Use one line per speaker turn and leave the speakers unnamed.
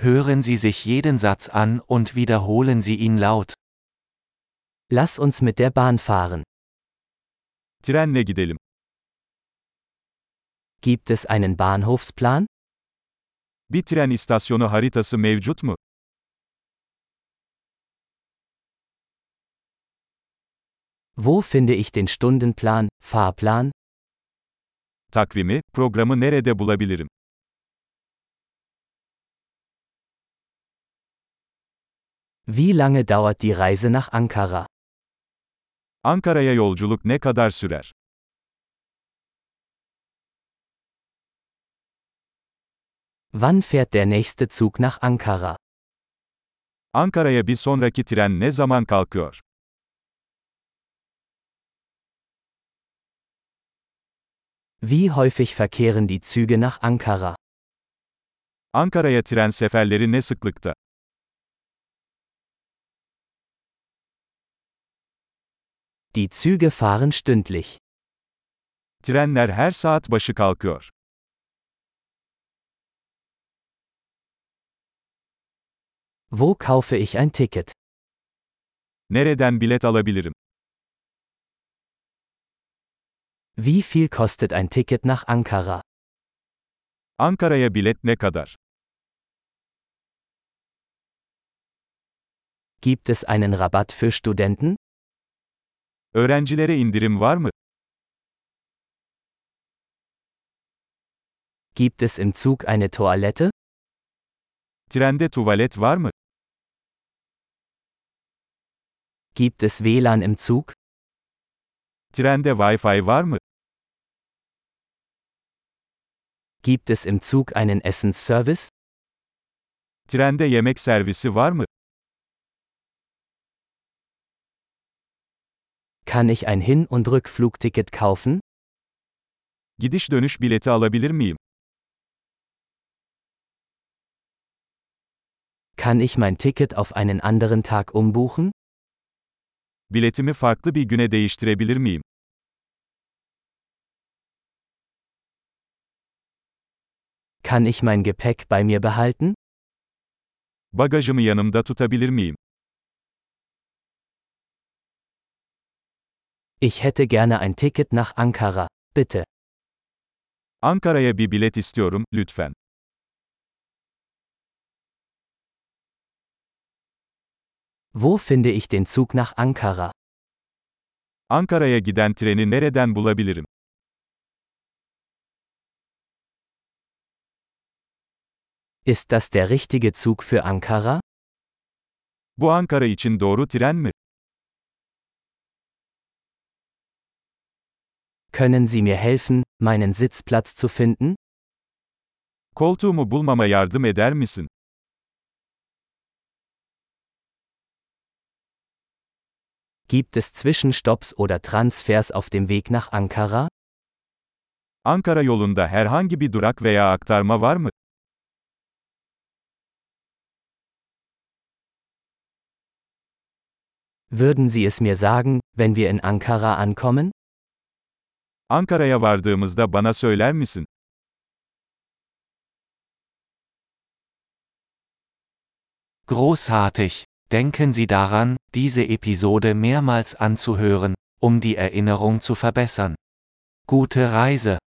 Hören Sie sich jeden Satz an und wiederholen Sie ihn laut.
Lass uns mit der Bahn fahren.
Trenle gidelim.
Gibt es einen Bahnhofsplan?
Bir tren istasyonu haritası mevcut mu?
Wo finde ich den Stundenplan, Fahrplan?
Takvimi, programı nerede bulabilirim?
Wie lange dauert die Reise nach Ankara?
Ankara'ya yolculuk ne kadar sürer?
Wann fährt der nächste Zug nach Ankara?
Ankara'ya bir sonraki tren ne zaman kalkıyor?
Wie häufig verkehren die Züge nach Ankara?
Ankara'ya tren seferleri ne sıklıkta?
Die Züge fahren stündlich.
Trenler her saat başı kalkıyor.
Wo kaufe ich ein Ticket?
Nereden bilet alabilirim?
Wie viel kostet ein Ticket nach Ankara?
Ankara'ya bilet ne kadar?
Gibt es einen Rabatt für Studenten?
Öğrencilere indirim var mı?
Gibt es im Zug eine Toilette?
Trende tuvalet var mı?
Gibt es WLAN im Zug?
Trende Wi-Fi var mı?
Gibt es im Zug einen Essensservice?
Trende yemek servisi var mı?
Kann ich ein Hin- und Rückflugticket kaufen?
Gidiş dönüş bileti alabilir miyim?
Kann ich mein Ticket auf einen anderen Tag umbuchen?
Biletimi farklı bir güne değiştirebilir miyim?
Kann ich mein Gepäck bei mir behalten?
Bagajımı yanımda tutabilir miyim?
Ich hätte gerne ein Ticket nach Ankara, bitte.
Ankara'ya bir bilet istiyorum, lütfen.
Wo finde ich den Zug nach Ankara?
Ankara'ya giden treni nereden bulabilirim?
Ist das der richtige Zug für Ankara?
Bu Ankara için doğru tren mi?
Können Sie mir helfen, meinen Sitzplatz zu finden?
Koltuğumu bulmama yardım eder misin?
Gibt es Zwischenstopps oder Transfers auf dem Weg nach Ankara?
Ankara yolunda herhangi bir durak veya aktarma var mı?
Würden Sie es mir sagen, wenn wir in Ankara ankommen?
Ankara'ya vardığımızda bana söyler misin?
Großartig! Denken Sie daran, diese Episode mehrmals anzuhören, um die Erinnerung zu verbessern. Gute Reise!